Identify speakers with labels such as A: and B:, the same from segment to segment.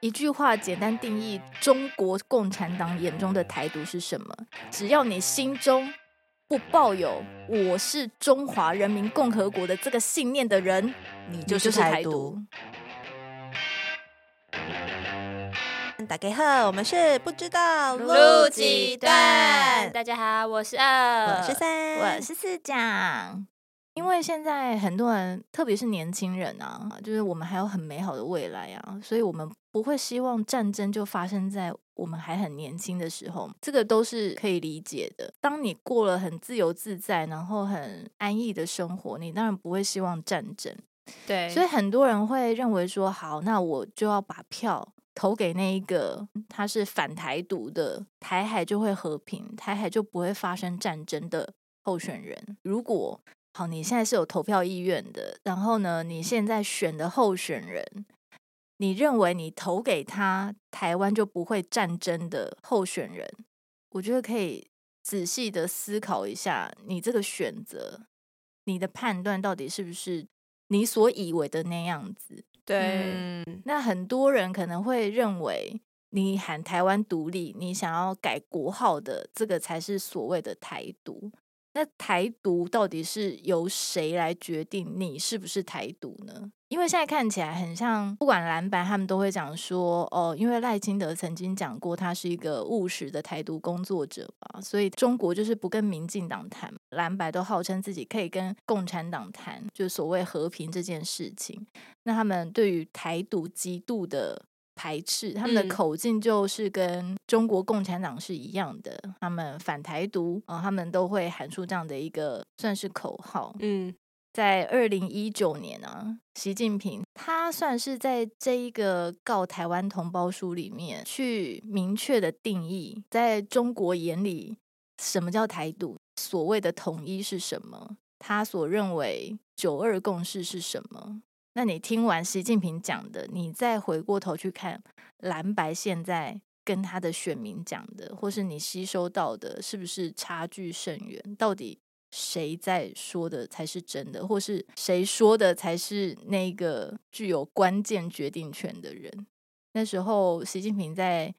A: 一句话简单定义中国共产党眼中的台独是什么？只要你心中不抱有“我是中华人民共和国”的这个信念的人，
B: 你
A: 你
B: 就
A: 就是是台
B: 台
A: 独
B: 独。。打给贺，我们是不知道
A: 录几
B: 段
C: 大家好，我是二，
B: 我是三，
A: 我是四长。因为现在很多人，特别是年轻人啊，就是我们还有很美好的未来啊，所以我们不会希望战争就发生在我们还很年轻的时候，这个都是可以理解的。当你过了很自由自在，然后很安逸的生活，你当然不会希望战争。
C: 对，
A: 所以很多人会认为说，好，那我就要把票投给那一个他是反台独的，台海就会和平，台海就不会发生战争的候选人。如果好，你现在是有投票意愿的，然后呢，你现在选的候选人，你认为你投给他，台湾就不会战争的候选人，我觉得可以仔细的思考一下，你这个选择，你的判断到底是不是你所以为的那样子？
C: 对，
B: 嗯，
A: 那很多人可能会认为，你喊台湾独立，你想要改国号的这个才是所谓的台独。那台独到底是由谁来决定你是不是台独呢？因为现在看起来很像，不管蓝白他们都会讲说，哦，因为赖清德曾经讲过，他是一个务实的台独工作者嘛，所以中国就是不跟民进党谈，蓝白都号称自己可以跟共产党谈，就所谓和平这件事情。那他们对于台独极度的排斥，他们的
C: 嗯
A: 口径就是跟中国共产党是一样的，他们反台独啊、呃他们都会喊出这样的一个算是口号。
C: 嗯，
A: 在二零一九年啊，习近平他算是在这一个告台湾同胞书里面去明确的定义，在中国眼里，什么叫台独，所谓的统一是什么，他所认为九二共识是什么。那你听完习近平讲的，你再回过头去看蓝白现在跟他的选民讲的，或是你吸收到的，是不是差距甚远？到底谁在说的才是真的，或是谁说的才是那个具有关键决定权的人？那时候，习近平在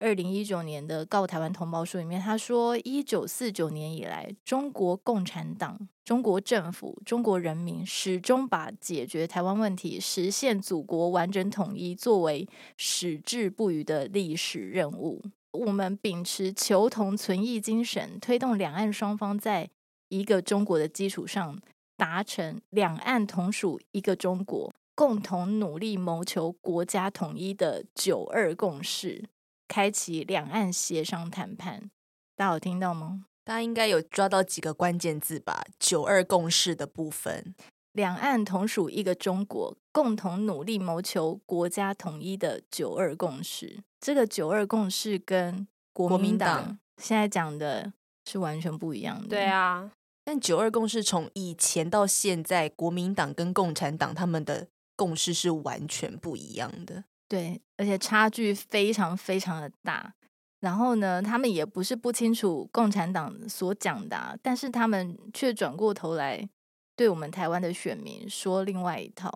A: 二零一九年的《告台湾同胞书》里面，他说，一九四九年以来，中国共产党、中国政府、中国人民始终把解决台湾问题、实现祖国完整统一作为矢志不渝的历史任务。我们秉持求同存异精神，推动两岸双方在一个中国的基础上，达成两岸同属一个中国，共同努力谋求国家统一的“九二共识”，开启两岸协商谈判。大家有听到吗？
B: 大家应该有抓到几个关键字吧？九二共识的部分，
A: 两岸同属一个中国，共同努力谋求国家统一的“九二共识”。这个“九二共识”跟国
B: 国
A: 民
B: 民
A: 党
B: 党
A: 现在讲的是完全不一样的。
C: 对，啊，
B: 但九二共识从以前到现在，国民党跟共产党他们的共识是完全不一样的。
A: 对，而且差距非常非常的大。然后呢，他们也不是不清楚共产党所讲的啊、但是他们却转过头来对我们台湾的选民说另外一套。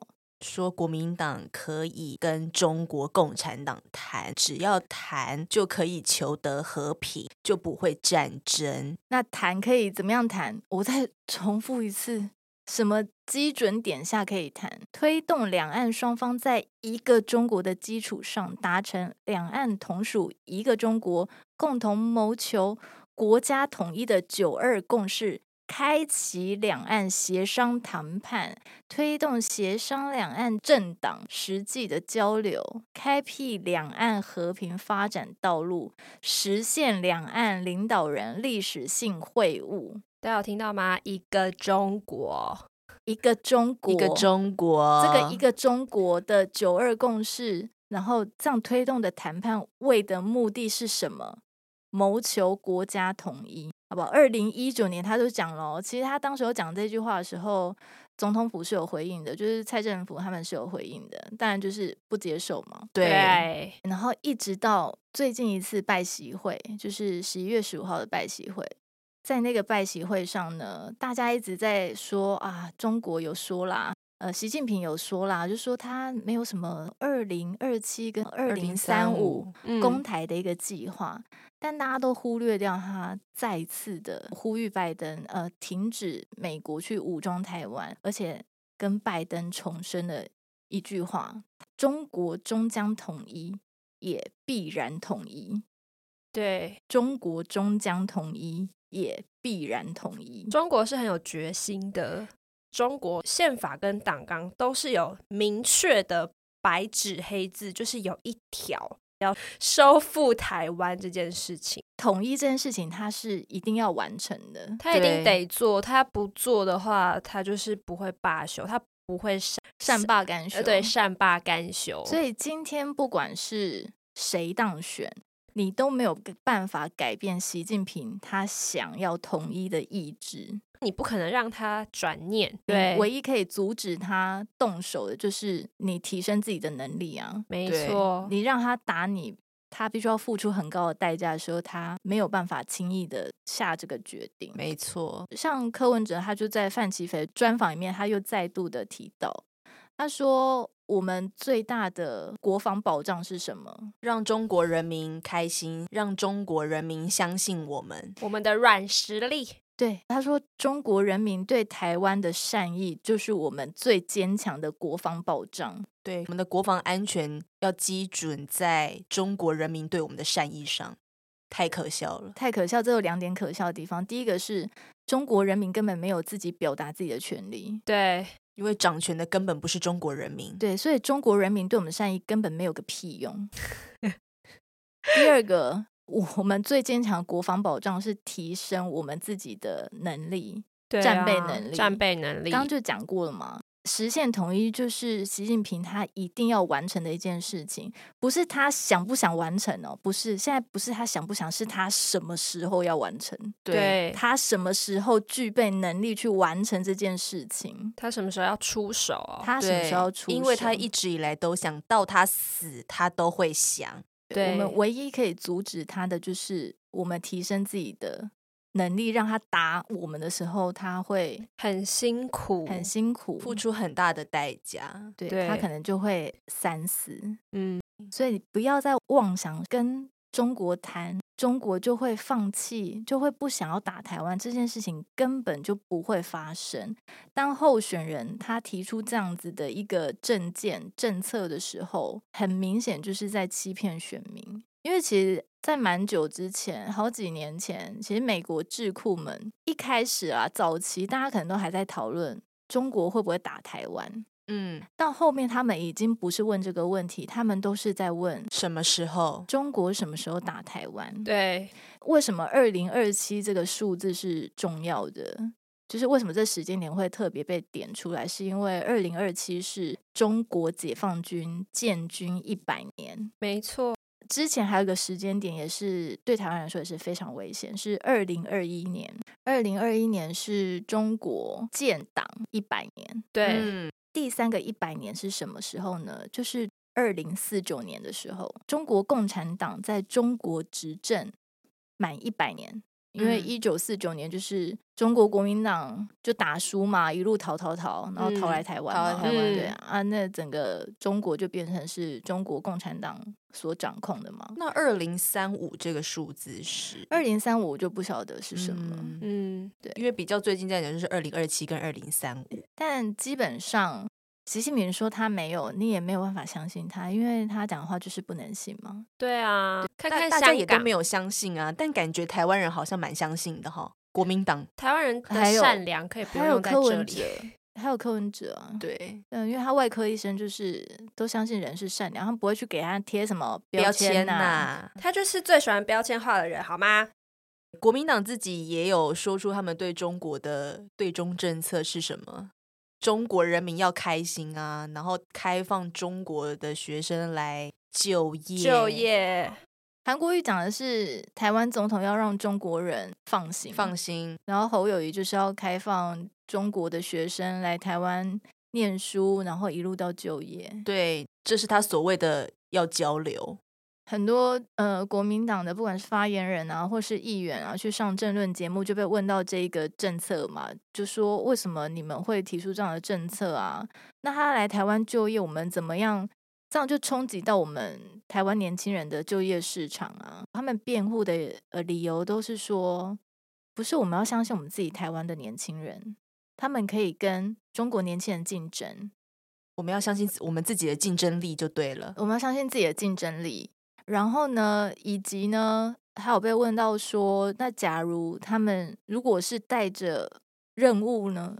B: 说国民党可以跟中国共产党谈，只要谈就可以求得和平，就不会战争。
A: 那谈可以怎么样谈？我再 重复一次，什么基准点下可以谈？推动两岸双方在一个中国的基础上，达成两岸同属一个中国，共同谋求国家统一的“九二共识”。开启两岸协商谈判，推动协商两岸政党实际的交流，开辟两岸和平发展道路，实现两岸领导人历史性会晤，
C: 大家有听到吗？一个中国，
A: 一个中国，
B: 一个中国，
A: 这个一个中国的九二共识，然后这样推动的谈判为的目的是什么？谋求国家统一，好不好？二零一九年他就讲了哦，其实他当时有讲这句话的时候，总统府是有回应的，就是蔡政府他们是有回应的，当然就是不接受嘛。
B: 对
A: 然后一直到最近一次拜习会，就是十一月十五号的拜习会，在那个拜习会上呢，大家一直在说啊，中国有说啦，呃，习近平有说啦，就说他没有什么二零二七跟二零三五
C: 嗯
A: 攻台的一个计划，但大家都忽略掉他再次的呼吁拜登，呃，停止美国去武装台湾，而且跟拜登重申了一句话：中国终将统一，也必然统一；
C: 对
A: 中国终将统一，也必然统一。
C: 中国是很有决心的。中国宪法跟党纲都是有明确的白纸黑字，就是有一条要收复台湾这件事情，
A: 统一这件事情，它是一定要完成的。
C: 他一
B: 对
C: 定得做。他不做的话，他就是不会罢休，他不会善
A: 善罢甘休，
C: 呃对善罢甘休。
A: 所以今天不管是谁当选，你都没有办法改变习近平他想要统一的意志。
C: 你不可能让他转念，
A: 你唯
C: 唯
A: 一可以阻止他动手的就是你提升自己的能力啊！
C: 没
B: 对
C: 错，
A: 你让他打你，他必须要付出很高的代价的时候，他没有办法轻易的下这个决定。
B: 没错，
A: 像柯文哲，他就在范琪斐专访里面，他又再度的提到，他说：“我们最大的国防保障是什么？
B: 让中国人民开心，让中国人民相信我们。
C: 我们的软实力，
A: 对，他说中国人民对台湾的善意，就是我们最坚强的国防保障。
B: 对，我们的国防安全要基准在中国人民对我们的善意上，太可笑了。
A: 太可笑，这有两点可笑的地方。第一个是中国人民根本没有自己表达自己的权利，
C: 对，
B: 因为掌权的根本不是中国人民，
A: 对，所以中国人民对我们的善意根本没有个屁用。第二个，我们最坚强的国防保障是提升我们自己的能力，
C: 对
A: 战备
C: 啊
A: 能力
C: 战备能力，
A: 刚刚就讲过了嘛。实现统一就是习近平他一定要完成的一件事情，不是他想不想完成哦，不是现在不是他想不想，是他什么时候要完成，
C: 对
A: 他什么时候具备能力去完成这件事情，
C: 他什么时候要出手哦？
A: 他什么时候出手？
B: 因为他一直以来都想到他死，他都会想。
A: 我
C: 对
A: 们唯一可以阻止他的就是我们提升自己的能力，让他打我们的时候，他会
C: 很辛苦，
A: 很辛苦，
B: 付出很大的代价。
A: 对
C: 对
A: 他可能就会三思。
C: 嗯，
A: 所以不要再妄想跟中国谈，中国就会放弃，就会不想要打台湾这件事情根本就不会发生。当候选人他提出这样子的一个政见政策的时候，很明显就是在欺骗选民，因为其实。在蛮久之前，好几年前，其实美国智库们一开始啊，早期大家可能都还在讨论中国会不会打台湾，
B: 嗯，
A: 到后面他们已经不是问这个问题，他们都是在问
B: 什么时候？
A: 中国什么时候打台湾？，
C: 对，
A: 为什么二零二七这个数字是重要的？就是为什么这时间点会特别被点出来，是因为二零二七是中国解放军建军一百年。
C: 没错，
A: 之前还有一个时间点，也是对台湾来说也是非常危险，是二零二一年。二零二一年是中国建党一百年，
C: 对，
B: 嗯，
A: 第三个一百年是什么时候呢？就是二零四九年的时候，中国共产党在中国执政满一百年。因为
B: 嗯
A: 一九四九年就是中国国民党就打输嘛，一路逃逃逃，然后逃来
C: 嗯
A: 台湾
B: 逃来
A: 嘛，
B: 台
C: 湾
A: 对
C: 嗯
A: 啊，那整个中国就变成是中国共产党所掌控的嘛。
B: 那二零三五这个数字是
A: 二零三五我就不晓得是什么，
B: 嗯
C: 嗯，
B: 因为比较最近在讲就是二零二七跟二零三五，
A: 但基本上习近平说他没有，你也没有办法相信他，因为他讲的话就是不能信嘛。
C: 对啊，看
B: 大
C: 看
B: 大家
C: 香
B: 也都
C: 港
B: 没，有相信啊，但感觉台湾人好像蛮相信的哈。国民党
C: 台湾人的
A: 还有
C: 善良可以不
A: 还有
C: 用用在
A: 柯
C: 这
A: 文
C: 里
A: 哲，，还有柯文哲啊，
B: 对
A: 嗯，因为他外科医生就是都相信人是善良，他们不会去给他贴什么标签
B: 呐、
A: 呐、
C: 他就是最喜欢标签化的人，好吗？
B: 国民党自己也有说出他们对中国的对中政策是什么。中国人民要开心啊，然后开放中国的学生来就业，
C: 就业，
A: 韩国瑜讲的是台湾总统要让中国人放心，
C: 嗯
B: 放心，
A: 然后侯友谊就是要开放中国的学生来台湾念书，然后一路到就业。
B: 对，这是他所谓的要交流。
A: 很多呃国民党的不管是发言人啊，或是议员啊，去上政论节目就被问到这个政策嘛，就说为什么你们会提出这样的政策啊？那他来台湾就业，我们怎么样？这样就冲击到我们台湾年轻人的就业市场啊。他们辩护的呃理由都是说，不是我们要相信我们自己台湾的年轻人，他们可以跟中国年轻人竞争，
B: 我们要相信我们自己的竞争力就对了。
A: 我们要相信自己的竞争力。然后呢，以及呢，还有被问到说，那假如他们如果是带着任务呢，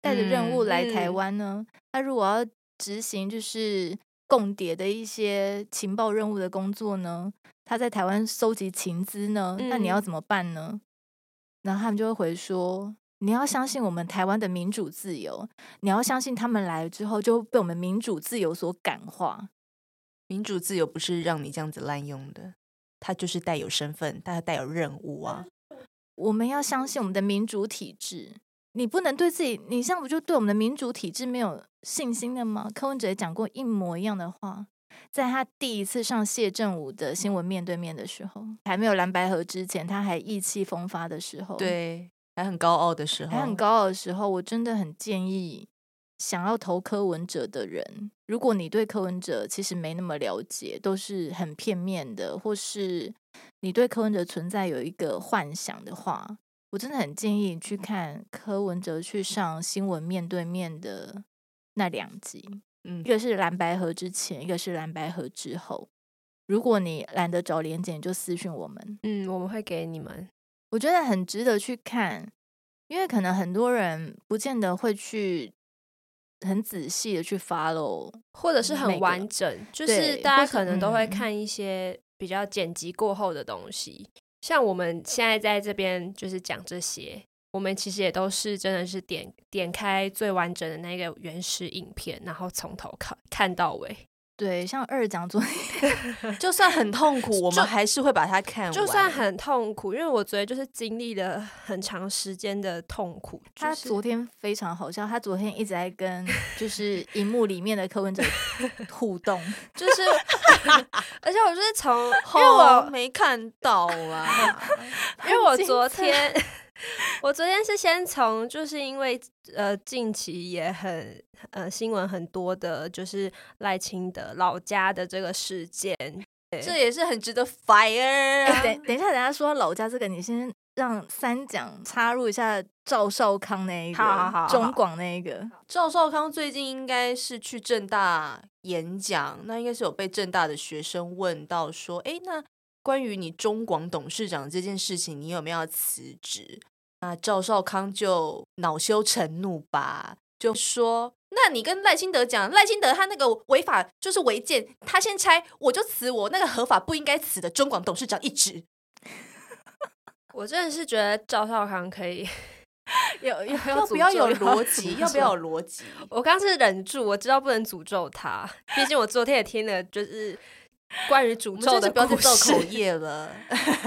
A: 带着任务
B: 嗯
A: 来台
C: 嗯
A: 湾呢，那、如果要执行就是共谍的一些情报任务的工作呢，他在台湾搜集情资呢，那你要
C: 嗯
A: 怎么办呢？然后他们就会回说。你要相信我们台湾的民主自由，你要相信他们来之后就被我们民主自由所感化。
B: 民主自由不是让你这样子滥用的，它就是带有身份，它带有任务啊。
A: 我们要相信我们的民主体制。你不能对自己，你这样不就对我们的民主体制没有信心了吗？柯文哲也讲过一模一样的话，在他第一次上谢振武的新闻面对面的时候，还没有蓝白河之前，他还意气风发的时候，，
B: 对，哦还很高傲的时候，
A: 还很。高傲的时候，我真的很建议想要投柯文哲的人，如果你对柯文哲其实没那么了解，都是很片面的，或是你对柯文哲存在有一个幻想的话，我真的很建议你去看柯文哲去上新闻面对面的那两集，
B: 嗯
A: 一，个是蓝白河之前，一个是蓝白河之后。如果你懒得找连检，你就私讯我们。
C: 嗯，我们会给你们。
A: 我觉得很值得去看，因为可能很多人不见得会去很仔细的去 follow，
C: 或者是
A: 每
C: 很
A: 个
C: 完整，就
A: 对
C: 是
A: 或
C: 大家
A: 是
C: 可能都会
A: 嗯
C: 看一些比较剪辑过后的东西。像我们现在在这边就是讲这些，我们其实也都是真的是点点开最完整的那个原始影片，然后从头看看到尾。
A: 对，像二讲昨天
B: 就算很痛苦，我
C: 就
B: 们还是会把它看完。
C: 就算很痛苦，因为我昨天就是经历了很长时间的痛苦。
A: 他
C: 就是
A: 昨天非常好笑，他昨天一直在跟就是荧幕里面的柯文 哲互 动，
C: 就是，而且我就是从，因
B: 因
C: 为
B: 为
C: 我
B: 我没看到 啊，
C: 因为我
A: 精
C: 昨天， 我昨天是先从，就是因为呃，近期也很呃新闻很多的，就是赖清德老家的这个事件，
B: 这也是很值得 fire
A: 哎
B: 啊。
A: 等等一下，等一下说老家这个，你先让三讲插入一下赵少康那一个，
C: 好好好好
A: 中广那一个，
B: 赵少康最近应该是去正大演讲，那应该是有被正大的学生问到说，诶，那关于你中广董事长这件事情，你有没有要辞职？那赵少康就恼羞成怒吧，就说。那你跟赖清德讲，赖清德他那个违法就是违建，他先拆我就辞我那个合法不应该辞的中广董事长一职，
C: 我真的是觉得赵少康可以，
A: 有 有
B: 要不要有逻辑？ 要不要有逻辑？
C: 我刚是忍住，我知道不能诅咒他，毕竟我昨天也听了，就是关于诅
B: 我
C: 咒
B: 们这
C: 的
B: 次不要再
C: 故
B: 造口
C: 事。
B: 业了。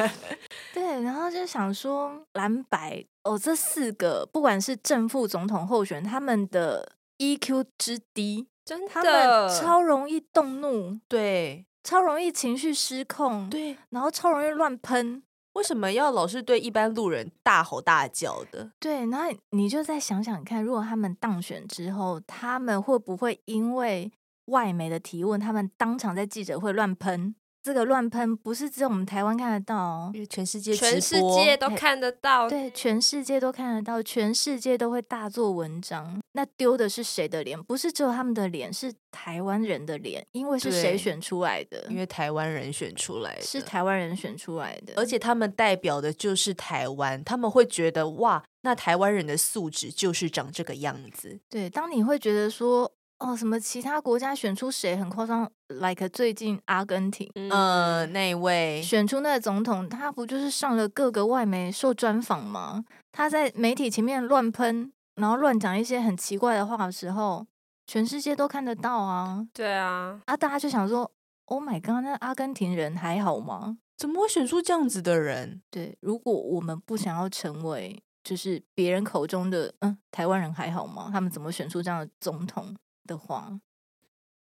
A: 对，然后就想说蓝白哦，这四个不管是正副总统候选人，他们的 EQ 之低，
C: 真
A: 他
C: 的
A: 们超容易动怒，
B: 对
A: 超容易情绪失控，
B: 对，
A: 然后超容易乱喷。
B: 为什么要老是对一般路人大吼大叫的？
A: 对，然后你就再想想看，如果他们当选之后，他们会不会因为外媒的提问，他们当场在记者会乱喷？这个乱喷不是只有我们台湾看得到哦
B: 因，为全世界
C: 全
B: 直
C: 世
B: 播
C: 界都看得到，
A: 对，全世界都看得到，全世界都会大做文章。那丢的是谁的脸？不是只有他们的脸，是台湾人的脸，因为是谁
B: 对
A: 选出来的？
B: 因为台湾人选出来的
A: 是，台湾人选出来的，
B: 而且他们代表的就是台湾，他们会觉得哇，那台湾人的素质就是长这个样子。
A: 对，当你会觉得说，哦，什么其他国家选出谁很夸张，like 最近阿根廷。
C: 嗯
B: 呃，那一位
A: 选出那个总统，他不就是上了各个外媒受专访吗？他在媒体前面乱喷，然后乱讲一些很奇怪的话的时候，全世界都看得到啊。
C: 对啊，
A: 啊，大家就想说，Oh my god，那阿根廷人还好吗？
B: 怎么会选出这样子的 人？
A: 对，如果我们不想要成为就是别人口中的嗯台湾人还好吗？他们怎么选出这样的总统的话，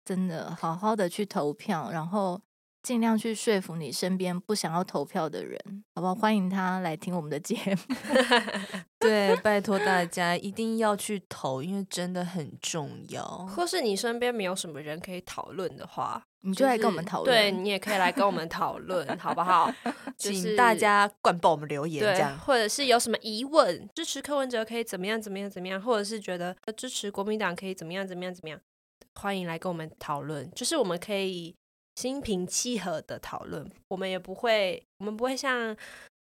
A: 真的好好的去投票，然后尽量去说服你身边不想要投票的人，好不好？欢迎他来听我们的节目。
B: 对，拜托大家一定要去投，因为真的很重要。
A: 嗯
C: 或是你身边没有什么人可以讨论的话，
A: 你就来跟我们讨论。
C: 对你也可以来跟我们讨论，好不 好？就是
B: 请大家灌爆我们留言，
C: 对
B: 这样，
C: 或者是有什么疑问，支持柯文哲可以怎么样怎么样怎么样，或者是觉得呃支持国民党可以怎么样怎么样怎么样，欢迎来跟我们讨论，就是我们可以心平气和的讨论，我们也不会，我们不会像。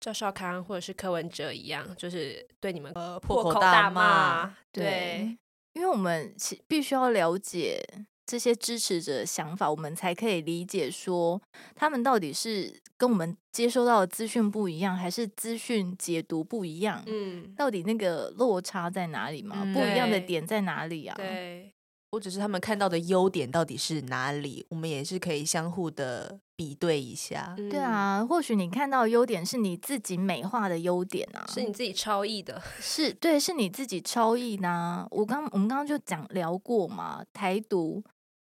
C: 赵少康或者是柯文哲一样，就是对你们呃
B: 破口
C: 口
B: 大
C: 大
B: 骂，
C: 对，
A: 因为我们其必须要了解这些支持者的想法，我们才可以理解说他们到底是跟我们接收到的资讯不一样，还是资讯解读不一样。
C: 嗯，
A: 到底那个落差在哪里嘛？
B: 嗯
A: 不一样的
C: 对
A: 点在哪里啊？
C: 对，
B: 或者是他们看到的优点到底是哪里，我们也是可以相互的比对一下。
C: 嗯
A: 对，啊，或许你看到的优点是你自己美化的优点啊，
C: 是你自己超意的，
A: 是对，是你自己超意呐、我刚我们刚刚就讲聊过嘛，台独。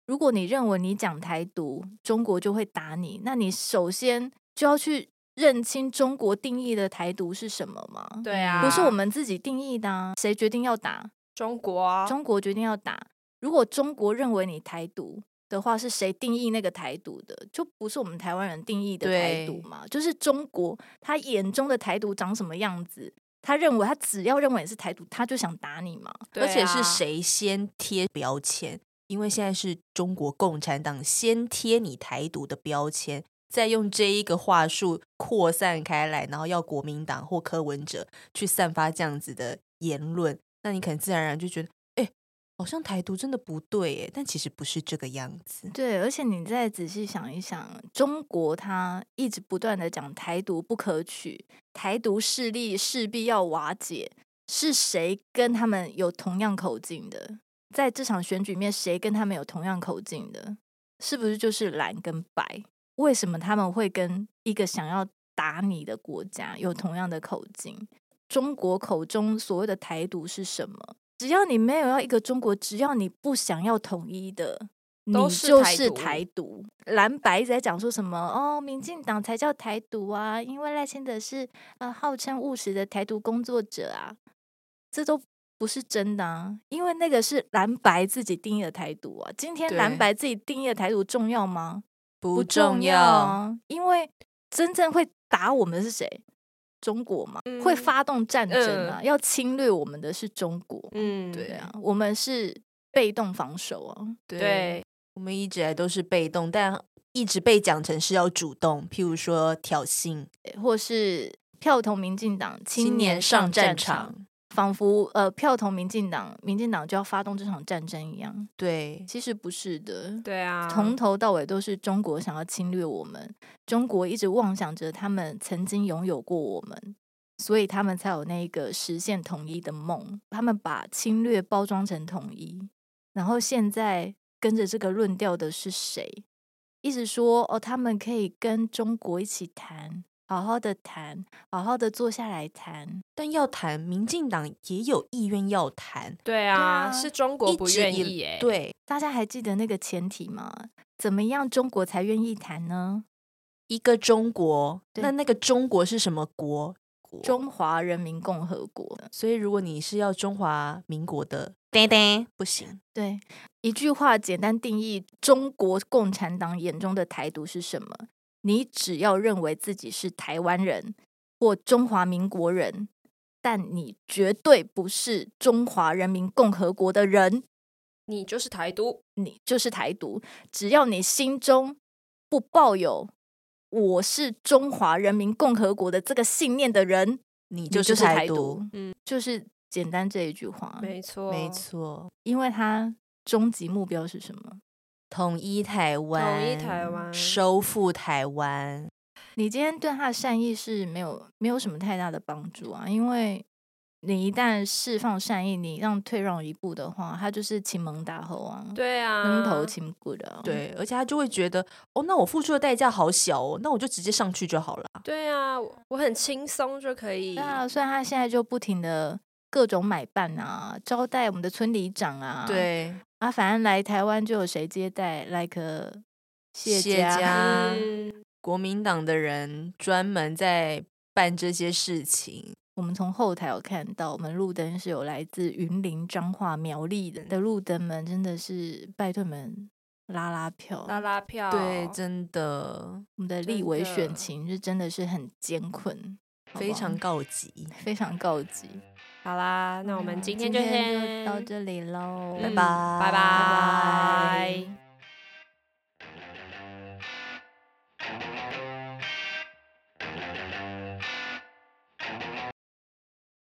A: 如果你认为你讲台独，中国就会打你，那你首先就要去认清中国定义的台独是什么嘛？
C: 对啊，
A: 不是我们自己定义的、啊，谁决定要打？
C: 中国啊，
A: 中国决定要打。如果中国认为你台独的话，是谁定义那个台独的？就不是我们台湾人定义的台独
B: 对
A: 嘛？就是中国他眼中的台独长什么样子？他认为他只要认为你是台独，他就想打你嘛？
C: 对
B: 而且
C: 啊
B: 是谁先贴标签？因为现在是中国共产党先贴你台独的标签，再用这一个话术扩散开来，然后要国民党或柯文哲去散发这样子的言论，那你可能自然而然就觉得，哎、好像台独真的不对，哎，但其实不是这个样子。
A: 对，而且你再仔细想一想，中国他一直不断的讲台独不可取，台独势力势必要瓦解，是谁跟他们有同样口径的？在这场选举里面，谁跟他们有同样口径的？是不是就是蓝跟白？为什么他们会跟一个想要打你的国家有同样的口径？中国口中所谓的台独是什么？只要你没有要一个中国，只要你不想要统一的，你
C: 都是
A: 就
C: 台
A: 是
C: 独
A: 台独。蓝白一直在讲说什么哦，民进党才叫台独啊，因为赖清德是呃号称务实的台独工作者啊，这都不是真的啊，因为那个是蓝白自己定义的台独啊。今天蓝
B: 对
A: 白自己定义的台独重要吗？
B: 不
A: 重
B: 重要，
A: 啊，因为真正会打我们的是谁？中国嘛，会
C: 嗯
A: 发动战争啊，要侵略我们的是中国。
C: 嗯，
A: 对啊，我们是被动防守啊。
B: 对
C: 对，
B: 我们一直以来都是被动，但一直被讲成是要主动，譬如说挑衅、
A: 或是票投民进党，青年上
B: 上
A: 战场，
B: 场，
A: 仿佛呃票投民进党，民进党就要发动这场战争一样。
B: 对，
A: 其实不是的，
C: 对啊，
A: 从头到尾都是中国想要侵略我们，中国一直妄想着他们曾经拥有过我们。所以他们才有那个实现统一的梦，他们把侵略包装成统一，然后现在跟着这个论调的是谁？一直说哦，他们可以跟中国一起谈，好好的谈，好好的坐下来谈，
B: 但要谈，民进党也有意愿要谈，
C: 对啊，
A: 对啊
C: 是中国
B: 一
C: 不
B: 直
C: 愿
B: 以
C: 意哎，
B: 对，
A: 大家还记得那个前提吗？怎么样中国才愿意谈呢？
B: 一个中国，
A: 对
B: 那那个中国是什么国？国。
A: 中华人民共和国。
B: 所以如果你是要中华民国的，呆呆不行，
A: 对，一句话简单定义中国共产党眼中的台独是什么？你只要认为自己是台湾人或中华民国人，但你绝对不是中华人民共和国的人，
C: 你就是台独，
A: 你就是台独。只要你心中不抱有我是中华人民共和国的这个信念的人，
B: 你
A: 你
B: 就是
A: 是
B: 台
A: 独
B: 独，。
C: 嗯，
A: 就是简单这一句话，
C: 没错，
B: 没，错，
A: 因为它终极目标是什么？
B: 统一台湾，
C: 统一台湾
B: 收复台湾，哦
A: 你今天对他的善意是没有没有什么太大的帮助啊，因为你一旦释放善意，你让退让一步的话，他就是秦盟大后啊，
C: 对啊，
A: 扔头秦骨的、啊，，
B: 对，而且他就会觉得，哦，那我付出的代价好小哦，那我就直接上去就好了。
C: 对啊，我我很轻松就可以，
A: 那虽然啊他现在就不停的各种买办啊，招待我们的村里长啊，
B: 对，
A: 啊，反正来台湾就有谁接待，like 谢
B: 谢
A: 家
B: 家
C: 嗯
B: 国民党的人专门在办这些事情，
A: 我们从后台有看到，我们路灯是有来自云林、彰化、苗栗的的路灯们，真的是拜托你们拉拉票。
C: 拉拉票，
B: 对，真的
A: 我们的立
C: 真
A: 委
C: 的
A: 选情是真的是很艰困，好不
B: 非
A: 好
B: 常告急。
A: 非常告急。
C: 好嗯啦，那我们今天
A: 就
C: 就先
A: 到这里喽，
B: 拜拜
C: 嗯拜
A: 拜
C: 拜。